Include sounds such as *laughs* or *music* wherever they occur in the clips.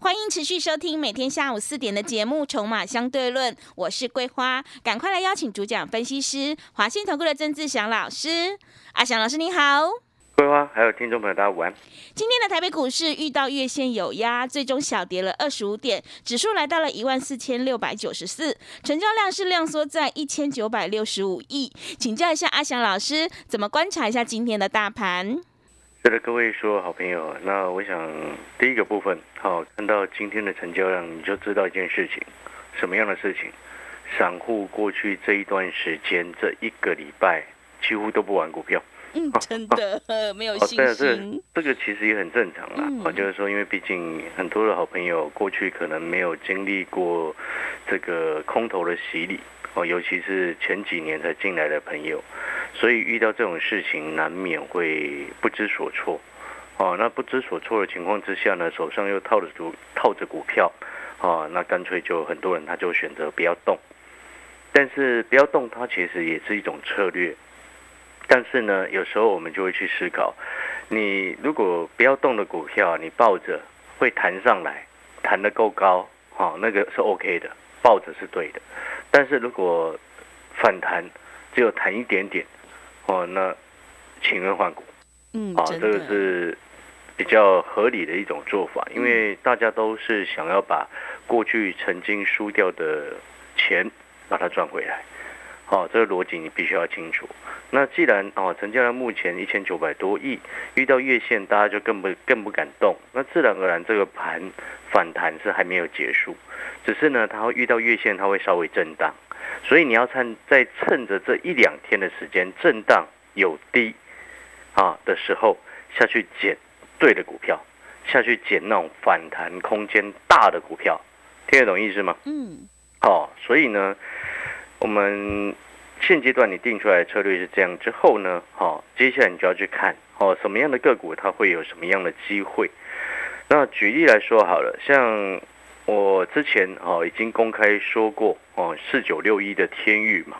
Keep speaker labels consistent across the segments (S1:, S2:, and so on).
S1: 欢迎持续收听每天下午四点的节目《筹码相对论》，我是桂花，赶快来邀请主讲分析师华信投顾的曾志祥老师。阿祥老师你好，
S2: 桂花啊还有听众朋友大家午安。
S1: 今天的台北股市遇到月线有压，最终小跌了二十五点，指数来到了一万四千六百九十四，成交量是量缩在一千九百六十五亿。请教一下阿祥老师，怎么观察一下今天的大盘？
S2: 是的，各位说好朋友，那我想第一个部分，好、看到今天的成交量，你就知道一件事情，什么样的事情？散户过去这一段时间，这一个礼拜几乎都不玩股票。
S1: 嗯，真的呃没有信
S2: 对啊，这
S1: 心。
S2: 这个其实也很正常啦。
S1: 嗯
S2: 啊，就是说，因为毕竟很多的好朋友过去可能没有经历过这个空头的洗礼，哦，尤其是前几年才进来的朋友，所以遇到这种事情难免会不知所措。哦，那不知所措的情况之下呢，手上又套着股套着股票，哦，那干脆就很多人他就选择不要动。但是不要动，它其实也是一种策略。但是呢，有时候我们就会去思考，你如果不要动的股票，你抱着会弹上来，弹得够高，好、那个是 OK 的，抱着是对的。但是如果反弹只有弹一点点，哦，那请问换股。
S1: 嗯，
S2: 啊，
S1: 真
S2: 这个
S1: 的。
S2: 是比较合理的一种做法，因
S1: 嗯
S2: 为大家都是想要把过去曾经输掉的钱把它赚回来。哦，这个逻辑你必须要清楚。那既然哦，成交量目前一千九百多亿，遇到月线，大家就更不更不敢动。那自然而然，这个盘反弹是还没有结束，只是呢，它会遇到月线，它会稍微震荡。所以你要趁在趁着这一两天的时间震荡有低，啊的时候下去捡对的股票，下去捡那种反弹空间大的股票，听得懂意思吗？
S1: 嗯
S2: 哦，所以呢，我们现阶段你定出来的策略是这样之后呢，哦，接下来你就要去看哦，什么样的个股它会有什么样的机会。那举例来说好了，像我之前哦已经公开说过哦，四九六一的天域嘛，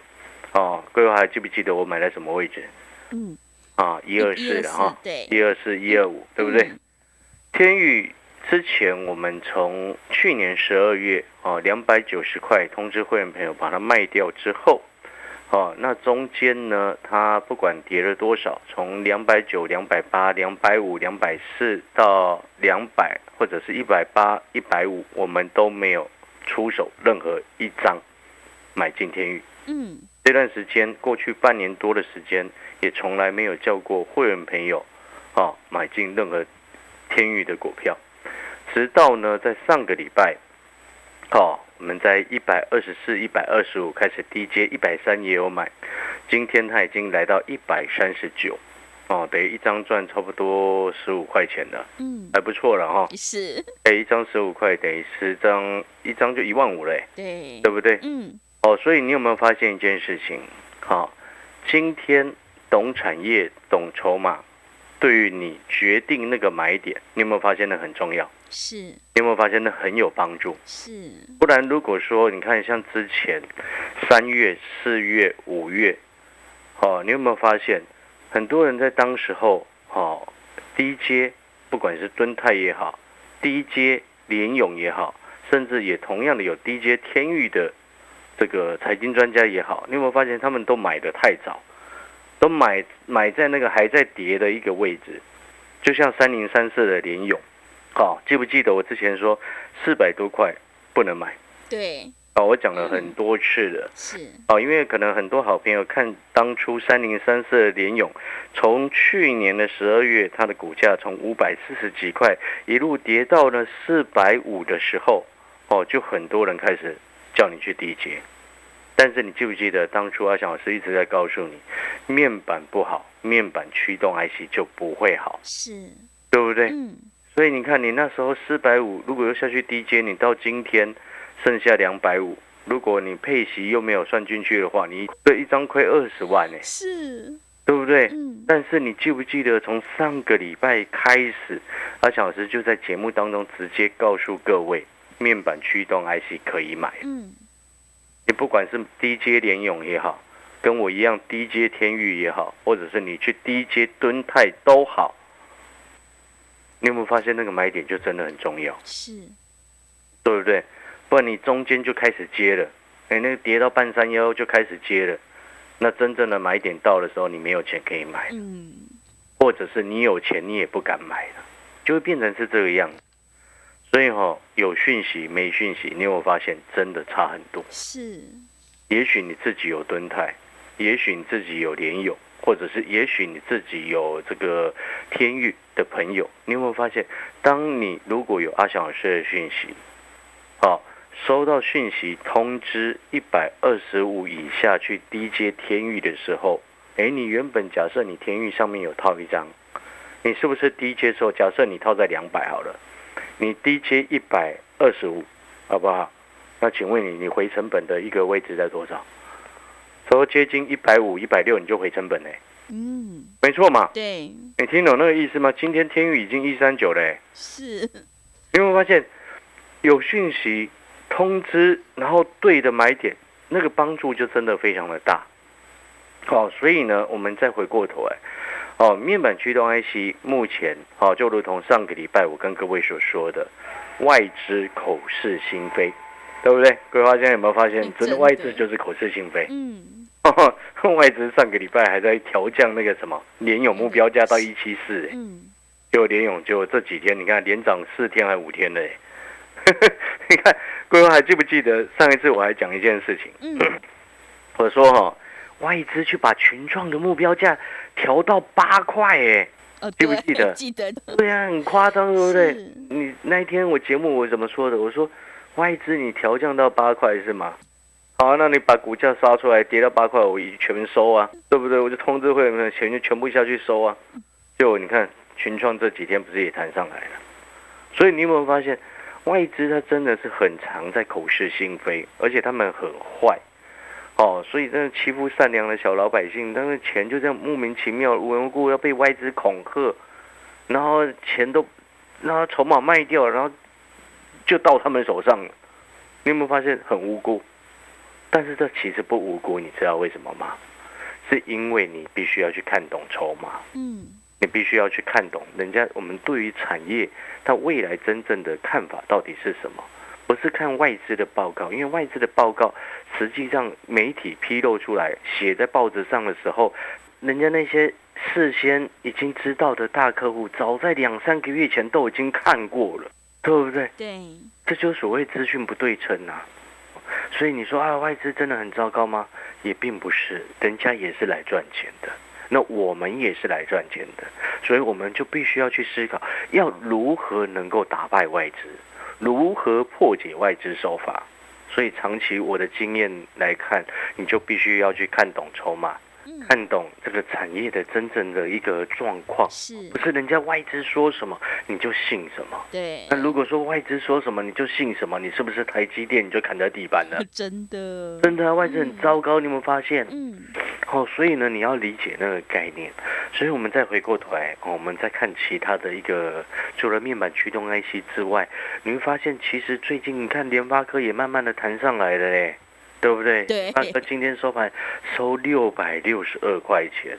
S2: 哦，各位还记不记得我买在什么位置
S1: 嗯，
S2: 啊？一二四的哈
S1: 124，对
S2: 一二四一二五，对不对？
S1: 嗯
S2: 天宇之前，我们从去年十二月哦，两百九十块通知会员朋友把它卖掉之后，哦，那中间呢，它不管跌了多少，从两百九、两百八、两百五、两百四到两百或者是一百八、一百五，我们都没有出手任何一张买进天宇。
S1: 嗯
S2: 这段时间，过去半年多的时间，也从来没有叫过会员朋友，哦，买进任何天域的股票。直到呢，在上个礼拜，哦，我们在一百二十四、一百二十五开始低接，一百三也有买，今天它已经来到一百三十九，哦，等于一张赚差不多十五块钱了，
S1: 嗯，
S2: 还不错了哈、哦。
S1: 是，
S2: 哎，一张十五块，等于十张，一张就一万五嘞，
S1: 对
S2: 对，不对？
S1: 嗯
S2: 哦，所以你有没有发现一件事情？好、今天懂产业、懂筹码，对于你决定那个买点，你有没有发现那很重要？
S1: 是
S2: 你有没有发现那很有帮助？
S1: 是，
S2: 不然如果说你看像之前三月、四月、五月，哦，你有没有发现很多人在当时候哦低阶，不管是敦泰也好，低阶联勇也好，甚至也同样的有低阶天域的这个财经专家也好，你有没有发现他们都买的太早，都买买在那个还在跌的一个位置，就像三零三四的联勇，好、记不记得我之前说四百多块不能买？
S1: 对
S2: 哦，我讲了很多次了。
S1: 是，
S2: 哦，因为可能很多好朋友看当初三零三四的联勇，从去年的十二月，它的股价从五百四十几块一路跌到了四百五的时候，哦，就很多人开始叫你去低接。但是你记不记得当初阿翔老师一直在告诉你，面板不好，面板驱动 IC 就不会好，
S1: 是，
S2: 对不对？
S1: 嗯
S2: 所以你看，你那时候四百五，如果又下去低接，你到今天剩下两百五。如果你配息又没有算进去的话，你这一张亏二十万呢、欸
S1: 是，
S2: 对不对？
S1: 嗯，
S2: 但是你记不记得从上个礼拜开始，阿小老师就在节目当中直接告诉各位，面板驱动 IC 可以买，
S1: 嗯，
S2: 你不管是低阶联咏也好，跟我一样低阶天域也好，或者是你去低阶敦泰都好，你有没有发现那个买点就真的很重要，
S1: 是，
S2: 对不对？不然你中间就开始接了，哎，那个跌到半山腰就开始接了，那真正的买点到的时候，你没有钱可以买。
S1: 嗯，
S2: 或者是你有钱你也不敢买了，就会变成是这个样子。所以哈、有讯息没讯息，你有没有发现真的差很多？
S1: 是，
S2: 也许你自己有蹲态，也许你自己有联友，或者是也许你自己有这个天域的朋友，你有没有发现，当你如果有阿翔老师的讯息，好、收到讯息通知一百二十五以下去低阶天域的时候，诶，你原本假设你天域上面有套一张，你是不是低阶的时候，假设你套在两百好了，你低阶一百二十五，好不好？那请问你，你回成本的一个位置在多少？说接近一百五、一百六，你就回成本嘞、
S1: 嗯，
S2: 没错嘛？
S1: 对，
S2: 你听懂那个意思吗？今天天宇已经一三九欸嘞、
S1: 是，
S2: 你有没有发现有讯息通知，然后对的买点，那个帮助就真的非常的大。哦，所以呢，我们再回过头来，哦，面板驱动 IC 目前哦，就如同上个礼拜我跟各位所说的，外资口是心非，对不对？各位发现有没有发现
S1: 哎，
S2: 真
S1: 真的
S2: 的外资就是口是心非？ *laughs*
S1: 嗯，
S2: 外资上个礼拜还在调降那个什么联永目标价到一七四，
S1: 嗯，
S2: 就联勇就这几天，你看连涨四天还五天嘞。 *laughs* 你看，各位还记不记得上一次我还讲一件事情，
S1: 嗯，
S2: *laughs* 我说哈、哦，外资去把群创的目标价调到八块哎，
S1: 哦，
S2: 记不
S1: 对
S2: 记得
S1: 记得，
S2: *laughs* 对呀、很夸张，对不对？
S1: 是，
S2: 你那一天我节目我怎么说的？我说外资你调降到八块是吗？好、啊，那你把股价杀出来跌到八块，我一全收啊，对不对？我就通知会员们钱就全部下去收啊。就你看群创这几天不是也弹上来了？所以你有没有发现，外资它真的是很常在口是心非，而且他们很坏。哦，所以真的欺负善良的小老百姓，但是钱就这样莫名其妙、无缘无故要被外资恐吓，然后钱都，然后筹码卖掉，然后就到他们手上了。你有没有发现很无辜？但是这其实不无辜，你知道为什么吗？是因为你必须要去看懂筹码。
S1: 嗯，
S2: 你必须要去看懂人家我们对于产业它未来真正的看法到底是什么，不是看外资的报告，因为外资的报告实际上媒体披露出来写在报纸上的时候，人家那些事先已经知道的大客户，早在两三个月前都已经看过了，对不对？
S1: 对，
S2: 这就是所谓资讯不对称啊。所以你说啊，外资真的很糟糕吗？也并不是，人家也是来赚钱的，那我们也是来赚钱的，所以我们就必须要去思考，要如何能够打败外资，如何破解外资手法。所以长期我的经验来看，你就必须要去看懂筹码，
S1: 嗯，
S2: 看懂这个产业的真正的一个状况，
S1: 是
S2: 不，是人家外资说什么你就信什么。
S1: 对
S2: 那，如果说外资说什么你就信什么，你是不是台积电你就砍在
S1: *laughs*
S2: 地板了？
S1: 真的，
S2: 真的啊、外资很糟糕，你有没有发现？
S1: 嗯，
S2: 哦，所以呢，你要理解那个概念。所以我们再回过头来，哦我们再看其他的一个，除了面板驱动 IC 之外，你会发现其实最近你看联发科也慢慢的弹上来了嘞，对不对？
S1: 对
S2: 联发科今天收盘收六百六十二块钱，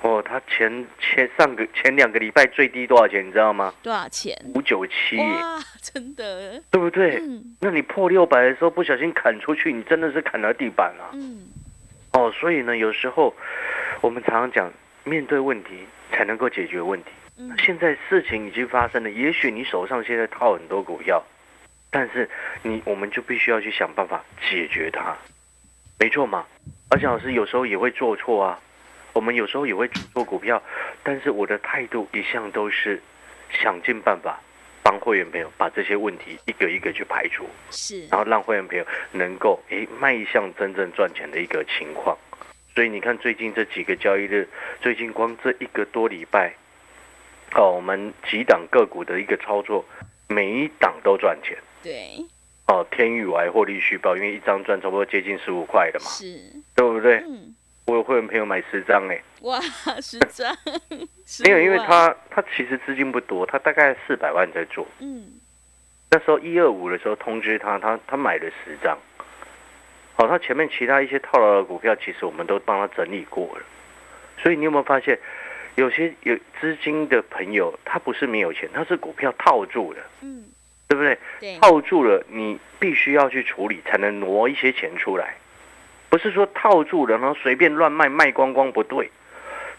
S2: 哦，它前前上个前两个礼拜最低多少钱你知道吗？
S1: 多少钱？
S2: 五九七，
S1: 哇，真的，
S2: 对不对？
S1: 嗯
S2: 那你破六百的时候不小心砍出去，你真的是砍到地板了、
S1: 嗯，
S2: 哦，所以呢，有时候我们常常讲，面对问题才能够解决问题。
S1: 嗯，
S2: 现在事情已经发生了，也许你手上现在套很多股票，但是你我们就必须要去想办法解决它，没错嘛。而且老师有时候也会做错啊，我们有时候也会做错股票，但是我的态度一向都是想尽办法帮会员朋友把这些问题一个一个去排除。
S1: 是
S2: 然，后让会员朋友能够诶迈向真正赚钱的一个情况。所以你看，最近这几个交易日，最近光这一个多礼拜，哦，我们几档个股的一个操作，每一档都赚钱。
S1: 对，
S2: 哦天域我还获利续报，因为一张赚差不多接近十五块的嘛，
S1: 是，
S2: 对不对？
S1: 嗯，
S2: 我有会员朋友买十张哎、
S1: 哇，是这样，
S2: 没有，因为
S1: 15万，
S2: 他他其实资金不多，他大概四百万在做。
S1: 嗯，
S2: 那时候一二五的时候通知他，他他买了十张。好、他前面其他一些套牢的股票，其实我们都帮他整理过了。所以你有没有发现，有些有资金的朋友，他不是没有钱，他是股票套住了，
S1: 嗯，
S2: 对不对？
S1: 对，
S2: 套住了，你必须要去处理，才能挪一些钱出来。不是说套住了，然后随便乱卖，卖光光不对。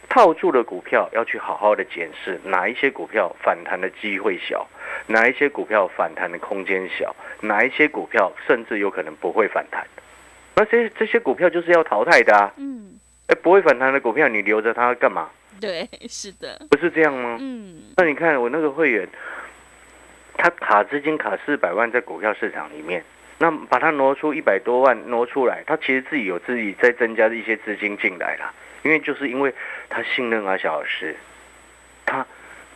S2: 套住的股票要去好好的检视，哪一些股票反弹的机会小，哪一些股票反弹的空间小，哪一些股票甚至有可能不会反弹。那这这些股票就是要淘汰的啊！
S1: 嗯，
S2: 哎，不会反弹的股票你留着它干嘛？
S1: 对， *laughs* 是的，
S2: 不是这样吗？
S1: 嗯，
S2: 那你看我那个会员，他卡资金卡四百万在股票市场里面，那把它挪出一百多万挪出来，他其实自己有自己在增加一些资金进来啦，因为就是因为他信任阿小老师，他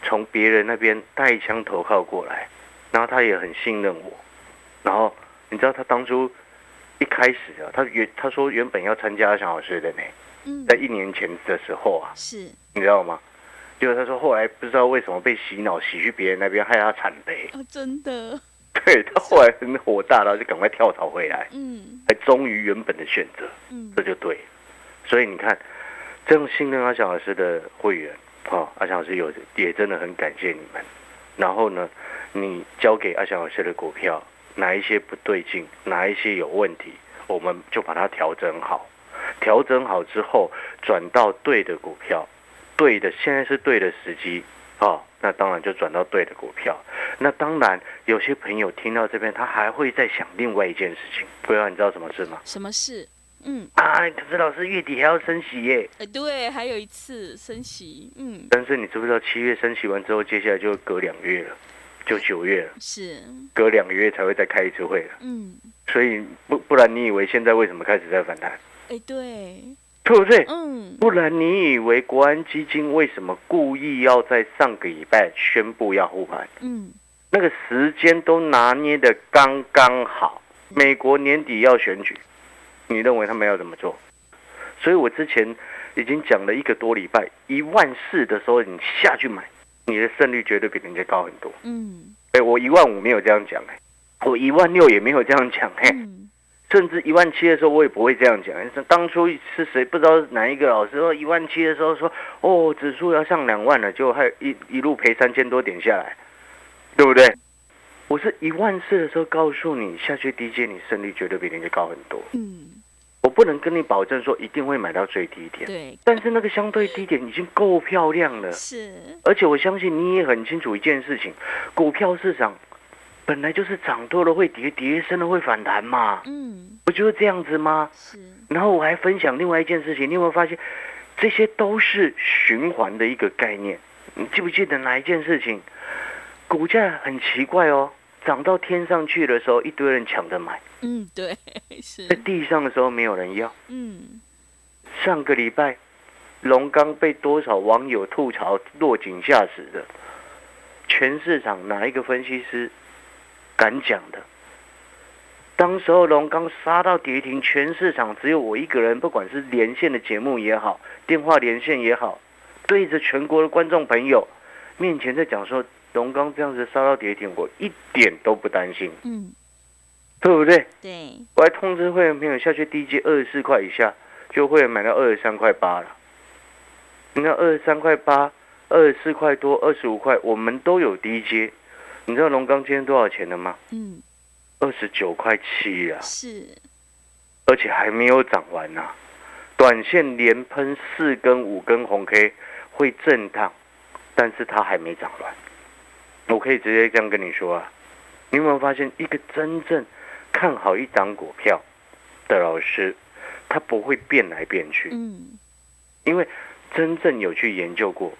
S2: 从别人那边带枪投靠过来，然后他也很信任我，然后你知道他当初一开始啊，他原他说原本要参加阿小老师的呢，
S1: 嗯
S2: 在，一年前的时候啊，
S1: 是，
S2: 你知道吗？结果他说后来不知道为什么被洗脑洗去别人那边，害他惨赔。
S1: 哦，真的，
S2: 对他后来很火大，然后就赶快跳槽回来，
S1: 嗯，
S2: 还忠于原本的选择，
S1: 嗯
S2: 这，就对。所以你看，这样信任阿翔老师的会员，哦，阿翔老师有也真的很感谢你们。然后呢，你交给阿翔老师的股票，哪一些不对劲，哪一些有问题，我们就把它调整好。调整好之后，转到对的股票，对的，现在是对的时机，哦，那当然就转到对的股票。那当然，有些朋友听到这边，他还会再想另外一件事情。桂花，你知道什么事吗？
S1: 什么事？嗯，
S2: 啊，可是老师月底还要升息耶。
S1: 呃，对，还有一次升息，嗯，
S2: 但是你知不知道，七月升息完之后，接下来就隔两月了，就九月了，
S1: 是，
S2: 隔两个月才会再开一次会了。
S1: 嗯，
S2: 所以不不然，你以为现在为什么开始在反弹？
S1: 哎，对，
S2: 对不对？
S1: 嗯，
S2: 不然你以为国安基金为什么故意要在上个礼拜宣布要护盘？
S1: 嗯，
S2: 那个时间都拿捏的刚刚好。美国年底要选举，你认为他们要怎么做？所以我之前已经讲了一个多礼拜，一万四的时候你下去买，你的胜率绝对比人家高很多。
S1: 嗯，
S2: 哎，我一万五没有这样讲哎、我一万六也没有这样讲哎、
S1: 嗯，
S2: 甚至一万七的时候，我也不会这样讲。当初是谁不知道哪一个老师说一万七的时候说，哦，指数要上两万了，结果还一一路赔三千多点下来，对不对？我是一万四的时候告诉你，下去低阶你胜率绝对比人家高很多。
S1: 嗯，
S2: 我不能跟你保证说一定会买到最低点，
S1: 对，
S2: 但是那个相对低点已经够漂亮了。
S1: 是，
S2: 而且我相信你也很清楚一件事情，股票市场本来就是涨多了会跌，跌深了会反弹嘛，
S1: 嗯，
S2: 不就是这样子吗？
S1: 是，
S2: 然后我还分享另外一件事情，你有没有发现，这些都是循环的一个概念？你记不记得哪一件事情？股价很奇怪哦，涨到天上去的时候，一堆人抢着买，
S1: 嗯，对，是
S2: 在，地上的时候没有人要。
S1: 嗯，
S2: 上个礼拜，龙刚被多少网友吐槽落井下石的，全市场哪一个分析师敢讲的？当时候龙刚杀到跌停，全市场只有我一个人，不管是连线的节目也好，电话连线也好，对着全国的观众朋友面前在讲说，龙刚这样子杀到跌停，我一点都不担心，
S1: 嗯，
S2: 对不对？
S1: 对，
S2: 我还通知会员朋友下去低阶二十四块以下，就会员买到二十三块八了。你看二十三块八、二十四块多、二十五块，我们都有低阶。你知道龙钢今天多少钱了吗？
S1: 嗯，
S2: 二十九块七啊，
S1: 是，
S2: 而且还没有涨完呢、短线连喷四根五根红 K，会震荡，但是它还没涨完。我可以直接这样跟你说啊，你有没有发现一个真正看好一档股票的老师，他不会变来变去，
S1: 嗯， *laughs*
S2: 因为真正有去研究过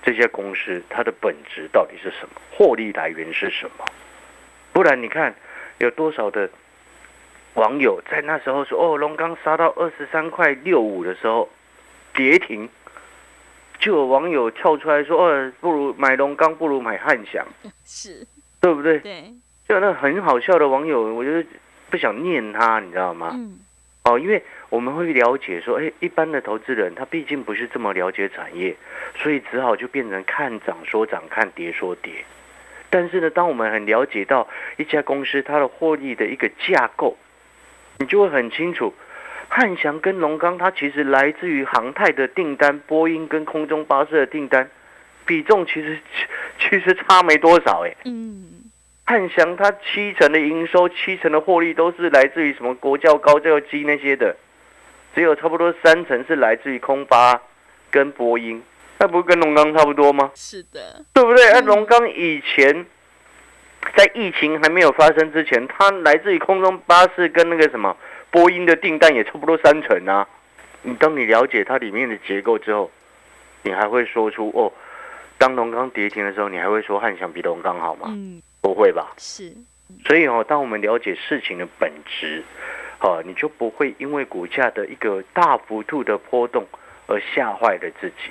S2: 这些公司它的本质到底是什么，获利来源是什么。不然你看有多少的网友在那时候说哦，龙刚杀到二十三块六五的时候跌停，就有网友跳出来说哦，不如买龙刚，不如买汉翔，
S1: 是，
S2: 对不对？
S1: 对，
S2: 对啊，那很好笑的网友，我就是不想念他，你知道吗？
S1: 嗯
S2: 哦，因为我们会了解说，哎，一般的投资人他毕竟不是这么了解产业，所以只好就变成看涨说涨，看跌说跌。但是呢，当我们很了解到一家公司它的获利的一个架构，你就会很清楚，汉翔跟龙钢它其实来自于航太的订单，波音跟空中巴士的订单比重其实 *laughs* 其实差没多少哎。
S1: 嗯
S2: 汉翔它七成的营收、七成的获利都是来自于什么国教高教机那些的，只有差不多三成是来自于空巴跟波音，那不是跟龙钢差不多吗？
S1: 是的，
S2: 对不对？那
S1: 嗯
S2: 龙钢以前在疫情还没有发生之前，它来自于空中巴士跟那个什么波音的订单也差不多三成啊。你当你了解它里面的结构之后，你还会说出哦，当龙钢跌停的时候，你还会说汉翔比龙钢好吗？
S1: 嗯
S2: 不会吧？
S1: 是，
S2: 所以哦，当我们了解事情的本质，哦，你就不会因为股价的一个大幅度的波动而吓坏了自己。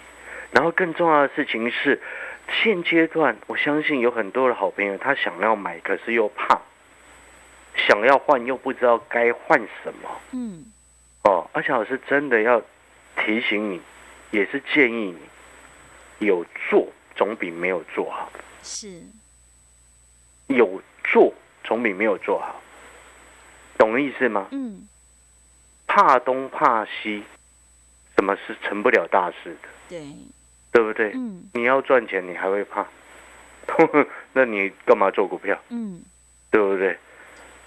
S2: 然后更重要的事情是，现阶段我相信有很多的好朋友，他想要买，可是又怕，想要换又不知道该换什么。
S1: 嗯
S2: 哦，而且老师真的要提醒你，也是建议你，有做总比没有做好。
S1: 是，
S2: 有做总比没有做好，懂意思吗？
S1: 嗯
S2: 怕东怕西，什么是成不了大事的，
S1: 对，
S2: 对不对？
S1: 嗯
S2: 你要赚钱，你还会怕？ *laughs* 那你干嘛做股票？
S1: 嗯
S2: 对不对？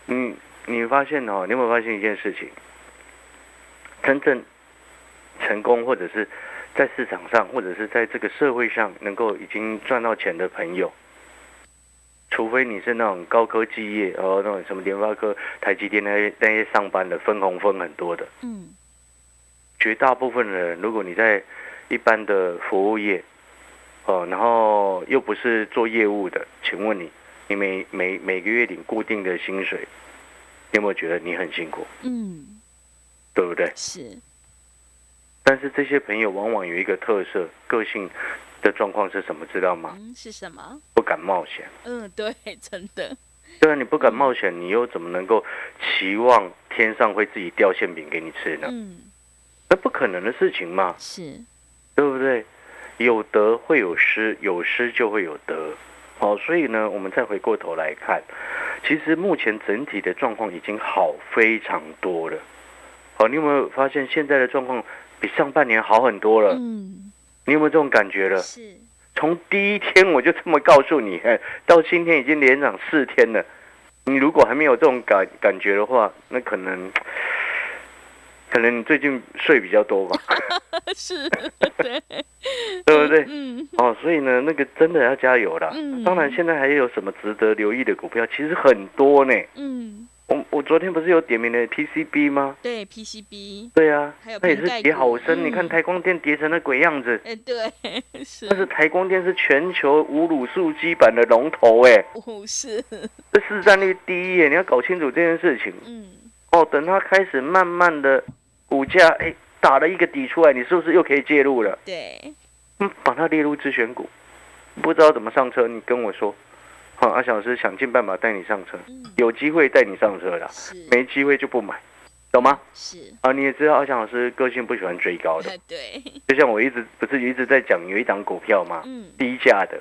S2: 你你发现哦，你有没有发现一件事情？真正成功或者是在市场上，或者是在这个社会上能够已经赚到钱的朋友，除非你是那种高科技业，哦，那种什么联发科、台积电那些那些上班的分红分很多的，
S1: 嗯
S2: 绝大部分的人，如果你在一般的服务业，哦，然后又不是做业务的，请问你，你每每每个月领固定的薪水，你有没有觉得你很辛苦，
S1: 嗯
S2: 对不对？
S1: 是，
S2: 但是这些朋友往往有一个特色，个性的状况是什么，知道吗？
S1: 嗯是什么？
S2: 不敢冒险。
S1: 嗯，对， *laughs* 真的，
S2: 对啊，你不敢冒险，你又怎么能够期望天上会自己掉馅饼给你吃呢？
S1: 嗯
S2: 那不可能的事情嘛。
S1: 是，
S2: 对不对？有得会有失，有失就会有得。好，所以呢，我们再回过头来看，其实目前整体的状况已经好非常多了。好，你有没有发现现在的状况比上半年好很多了？
S1: 嗯
S2: 你有没有这种感觉了？
S1: 是， *laughs*
S2: 从第一天我就这么告诉你，嘿到今天已经连涨四天了。你如果还没有这种感感觉的话，那可能可能你最近睡比较多吧，
S1: 是，
S2: *laughs*
S1: 对，
S2: 对不对？
S1: 嗯
S2: *laughs* 哦，所以呢，那个真的要加油啦。
S1: 嗯
S2: 当然，现在还有什么值得留意的股票，其实很多呢。
S1: 嗯，
S2: 我我昨天不是有点名的 PCB 吗？
S1: 对 PCB，
S2: 对啊
S1: 还有，
S2: 那也
S1: 瓶盖
S2: 是跌好深。
S1: 股
S2: 你看
S1: 嗯
S2: 台光电跌成那鬼样子，
S1: 哎对是
S2: 但是台光电是全球无乳素基板的龙头，哎，
S1: 五哦是，
S2: 这市占率第一耶，你要搞清楚这件事情。
S1: 嗯
S2: 哦，等它开始慢慢的股价哎打了一个底出来，你是不是又可以介入了？
S1: 对，
S2: 嗯，把它列入自选股，不知道怎么上车，你跟我说。好、阿小师想尽办法带你上车，
S1: 嗯
S2: 有机会带你上车啦，
S1: 是
S2: 没机会就不买，懂吗？
S1: 是，
S2: 啊，你也知道阿翔老师个性不喜欢追高的，
S1: 哎对，
S2: 就像我一直不是一直在讲有一档股票吗？
S1: 嗯
S2: 低价的，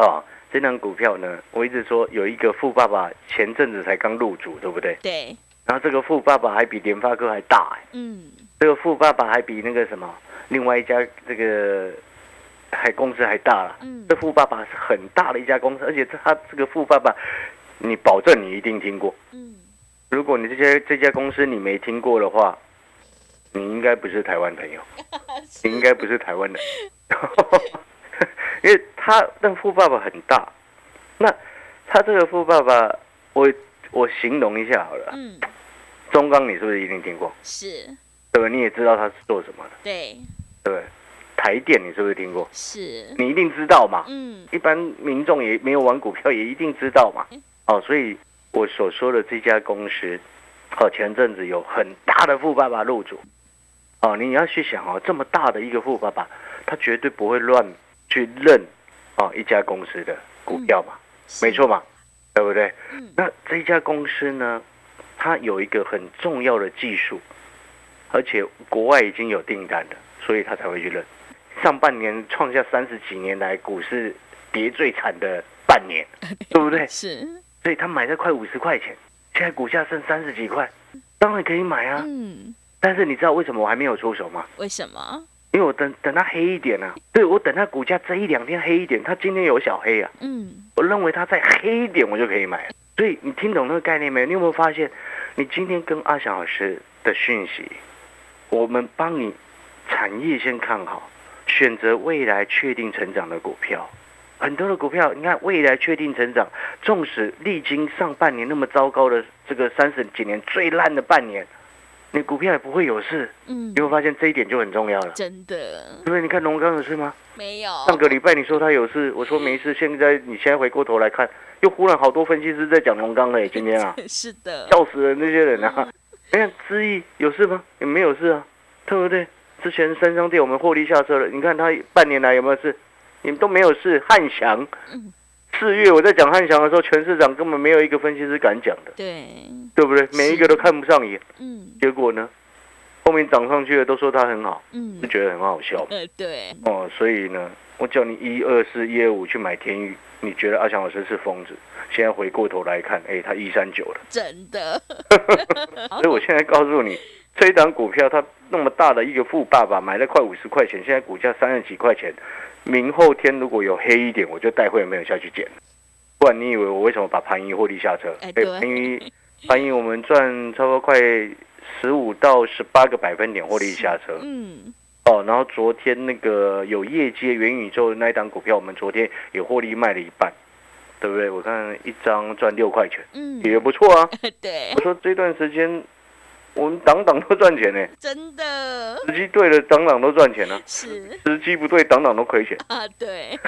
S2: 啊，这档股票呢，我一直说有一个富爸爸前阵子才刚入主，对不对？
S1: 对，
S2: 然后这个富爸爸还比联发科还大、欸，
S1: 嗯
S2: 这个富爸爸还比那个什么另外一家这个还公司还大了。
S1: 嗯
S2: 这富爸爸是很大的一家公司，而且他这个富爸爸，你保证你一定听过。
S1: 嗯
S2: 如果你这些这家公司你没听过的话，你应该不是台湾
S1: *laughs*
S2: 朋友，你应该不是台湾人， *laughs* 因为他那富爸爸很大，那他这个富爸爸，我我形容一下好了，
S1: 嗯
S2: 中钢你是不是一定听过？
S1: 是，
S2: 对吧？你也知道他是做什么的，
S1: 对
S2: 对不对？台电你是不是听过？
S1: 是，
S2: 你一定知道嘛？
S1: 嗯
S2: 一般民众也没有玩股票，也一定知道嘛。哦，所以我所说的这家公司，哦，前阵子有很大的富爸爸入主，哦，你要去想哦，这么大的一个富爸爸，他绝对不会乱去认哦一家公司的股票嘛，
S1: 嗯是
S2: 没错嘛，对不对？
S1: 嗯
S2: 那这一家公司呢，它有一个很重要的技术，而且国外已经有订单了，所以它才会去认。上半年创下三十几年来股市跌最惨的半年，对不对？
S1: 是，
S2: 所以他买在快五十块钱，现在股价剩三十几块，当然可以买啊。
S1: 嗯，
S2: 但是你知道为什么我还没有出手吗？
S1: 为什么？
S2: 因为我等等它黑一点啊，对我等它股价这一两天黑一点，它今天有小黑啊，
S1: 嗯，
S2: 我认为它再黑一点我就可以买了。所以你听懂那个概念没有？你有没有发现，你今天跟阿翔老师的讯息，我们帮你产业先看好，选择未来确定成长的股票。很多的股票，你看未来确定成长，纵使历经上半年那么糟糕的这个三十几年最烂的半年，你股票也不会有事。
S1: 嗯
S2: 你，会发现这一点就很重要了。
S1: 真的
S2: 对不对？你看龙刚有事吗？
S1: 没有，
S2: 上个礼拜你说他有事，我说没事。现在你现在回过头来看，又忽然好多分析师在讲龙刚了耶，今天啊，
S1: *laughs* 是的，
S2: 笑死人那些人啊！你看知毅有事吗？也没有事啊，对不对？之前三商店我们获利下车了，你看他半年来有没有事？你们都没有事。汉翔
S1: 嗯，
S2: 四月我在讲汉翔的时候，全市场根本没有一个分析师敢讲的，
S1: 对，
S2: 对不对？每一个都看不上眼。
S1: 嗯
S2: 结果呢，后面涨上去了，都说他很好，
S1: 嗯
S2: 就，觉得很好笑。
S1: 呃，对，
S2: 哦，所以呢，我叫你一二四一二五去买天宇，你觉得阿翔老师是疯子？现在回过头来看，哎，他一三九了。
S1: 真的，
S2: 呃
S1: 好哦
S2: 所以我现在告诉你，这一档股票它那么大的一个富爸爸买了快五十块钱，现在股价三十几块钱，明后天如果有黑一点，我就带会员没有下去捡。不然你以为我为什么把盘一获利下车？
S1: 哎对
S2: 盘一盘一我们赚差不多快十五到十八个百分点获利下车。
S1: 嗯，
S2: 哦，然后昨天那个有业界元宇宙的那一档股票，我们昨天也获利卖了一半，对不对？我看一张赚六块钱，
S1: 嗯，
S2: 也不错啊。
S1: 对
S2: 我，说这段时间我们档档都赚钱呢，
S1: 真的
S2: 时机对了，档档都赚钱啊，
S1: 是
S2: 时机不对，档档都亏钱。
S1: 啊，对，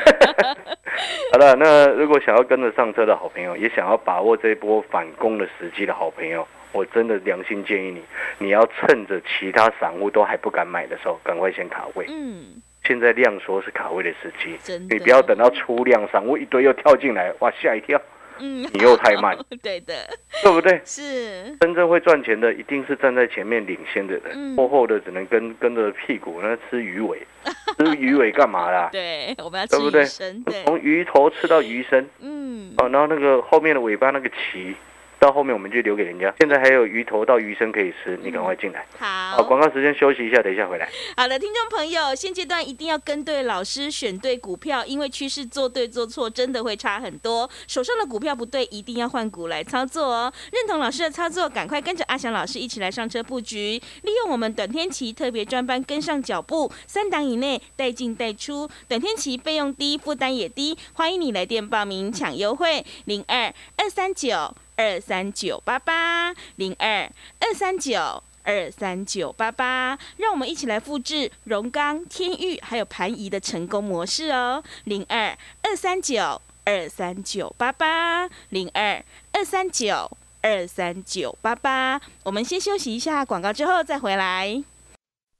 S2: 好了，那如果想要跟着上车的好朋友，也想要把握这一波反攻的时机的好朋友，我真的良心建议你，你要趁着其他散户都还不敢买的时候，赶快先卡位。
S1: 嗯，
S2: 现在量缩是卡位的时机，
S1: 真的，
S2: 你不要等，到出量上，我一堆又跳进来，哇，吓一跳，
S1: 嗯，
S2: 你又太慢，
S1: *laughs* 对的，
S2: 对不对？ *laughs*
S1: 是，
S2: 真正会赚钱的，一定是站在前面领先的
S1: 嗯
S2: 人，落后的只能跟跟着屁股那吃鱼尾，吃鱼尾干嘛啦？
S1: *laughs* 对，我们要吃
S2: 对不对
S1: 鱼生，对，
S2: 从鱼头吃到鱼身，
S1: 嗯，
S2: 哦，然后那个后面的尾巴那个鳍，到后面我们就留给人家。现在还有鱼头到鱼身可以吃，你赶快进来。好，
S1: 嗯好，
S2: 广告时间休息一下，等一下回来。
S1: 好的，听众朋友，现阶段一定要跟对老师，选对股票，因为趋势做对做错真的会差很多。手上的股票不对，一定要换股来操作哦。认同老师的操作，赶快跟着阿翔老师一起来上车布局，利用我们短天期特别专班跟上脚步，三档以内带进带出，短天期费用低，负担也低。欢迎你来电报名抢优惠，零二二三九二三九八八零二二三九二三九八八，让我们一起来复制荣钢、天域还有盘仪的成功模式哦。零二二三九二三九八八，零二二三九二三九八八。我们先休息一下广告，之后再回来。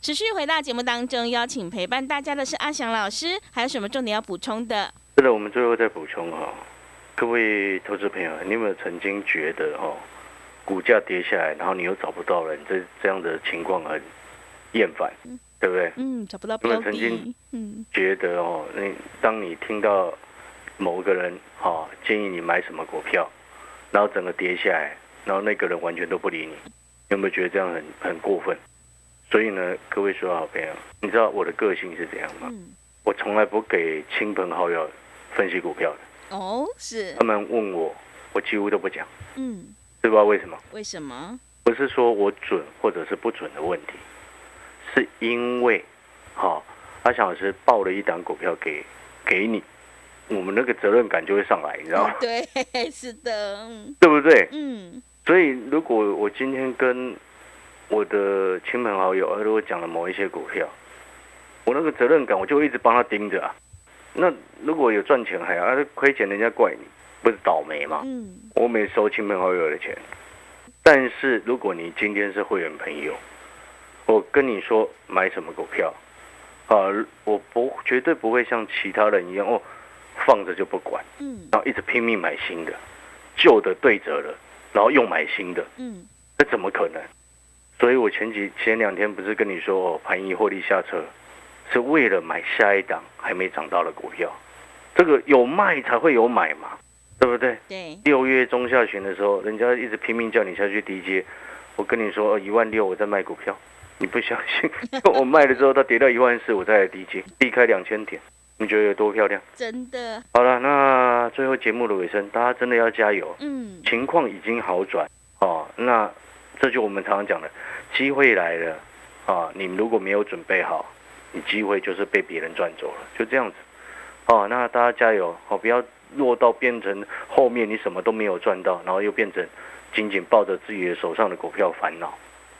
S1: 持续回到节目当中，邀请陪伴大家的是阿翔老师，还有什么重点要补充的？
S2: 是的，我们最后再补充哈、各位投资朋友，你有没有曾经觉得哦，股价跌下来，然后你又找不到人，这这样的情况很厌烦，对不对？
S1: 嗯，找不到
S2: 因为
S1: 标
S2: 曾
S1: 的
S2: 经，
S1: 嗯
S2: 觉得哦，你当你听到某个人哦建议你买什么股票，然后整个跌下来，然后那个人完全都不理你，你有没有觉得这样很很过分？所以呢，各位所有好朋友，你知道我的个性是怎样吗？
S1: 嗯，
S2: 我从来不给亲朋好友分析股票的，
S1: 哦，是
S2: 他，们问我，我几乎都不讲，
S1: 嗯，
S2: 知不知道为什么？
S1: 为什么？
S2: 不是说我准或者是不准的问题，是因为，好、阿翔老师报了一档股票给给你，我们那个责任感就会上来，你知道吗？
S1: *laughs* 对，是的，嗯
S2: 对不对？
S1: 嗯
S2: 所以如果我今天跟我的亲朋好友，呃如果讲了某一些股票，我那个责任感我就会一直帮他盯着啊。那如果有赚钱还好，啊亏钱人家怪你，不是倒霉吗？
S1: 嗯，
S2: 我没收亲朋好友的钱，但是如果你今天是会员朋友，我跟你说买什么股票，啊，我不绝对不会像其他人一样哦，放着就不管，
S1: 嗯
S2: 然后一直拼命买新的，旧的对折了，然后又买新的，
S1: 嗯
S2: 这怎么可能？所以我前几前两天不是跟你说哦，盘一获利下车，是为了买下一档还没涨到的股票，这个有卖才会有买嘛，对不对？
S1: 对，
S2: 六月中下旬的时候，人家一直拼命叫你下去低接，我跟你说哦一万六我在卖股票，你不相信？ *laughs* 我卖了之后，它跌到一万四，我再来低接，低开两千点，你觉得有多漂亮？
S1: 真的，
S2: 好了，那最后节目的尾声，大家真的要加油，
S1: 嗯
S2: 情况已经好转哦。那这就我们常常讲的，机会来了啊！你如果没有准备好，你机会就是被别人赚走了，就这样子。哦，那大家加油哦，不要落到变成后面你什么都没有赚到，然后又变成紧紧抱着自己的手上的股票烦恼。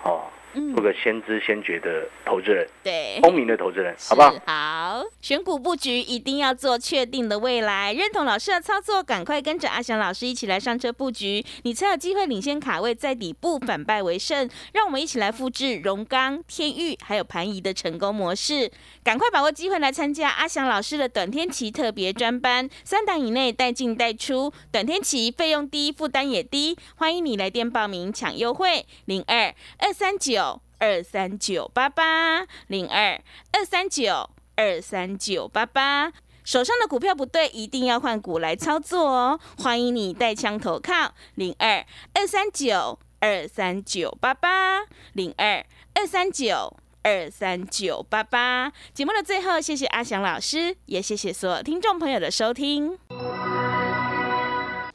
S2: 哦，
S1: 嗯哎
S2: 做，个先知先觉的投资人，
S1: 对。
S2: 聪明的投资人，
S1: 是
S2: 好不好？
S1: 好选股布局一定要做确定的未来，认同老师的操作，赶快跟着阿翔老师一起来上车布局，你才有机会领先卡位，在底部反败为胜。让我们一起来复制荣钢、天域还有盘仪的成功模式，赶快把握机会来参加阿翔老师的短天期特别专班，三档以内带进带出，短天期费用低，负担也低，欢迎你来电报名抢优惠，零二二三九二三九八八零二。二三九二三九八八。手上的股票不对，一定要换股来操作哦。欢迎你带枪投靠零二二三九二三九八八零二二三九二三九八八。节目的最后，谢谢阿翔老师，也谢谢所有听众朋友的收听。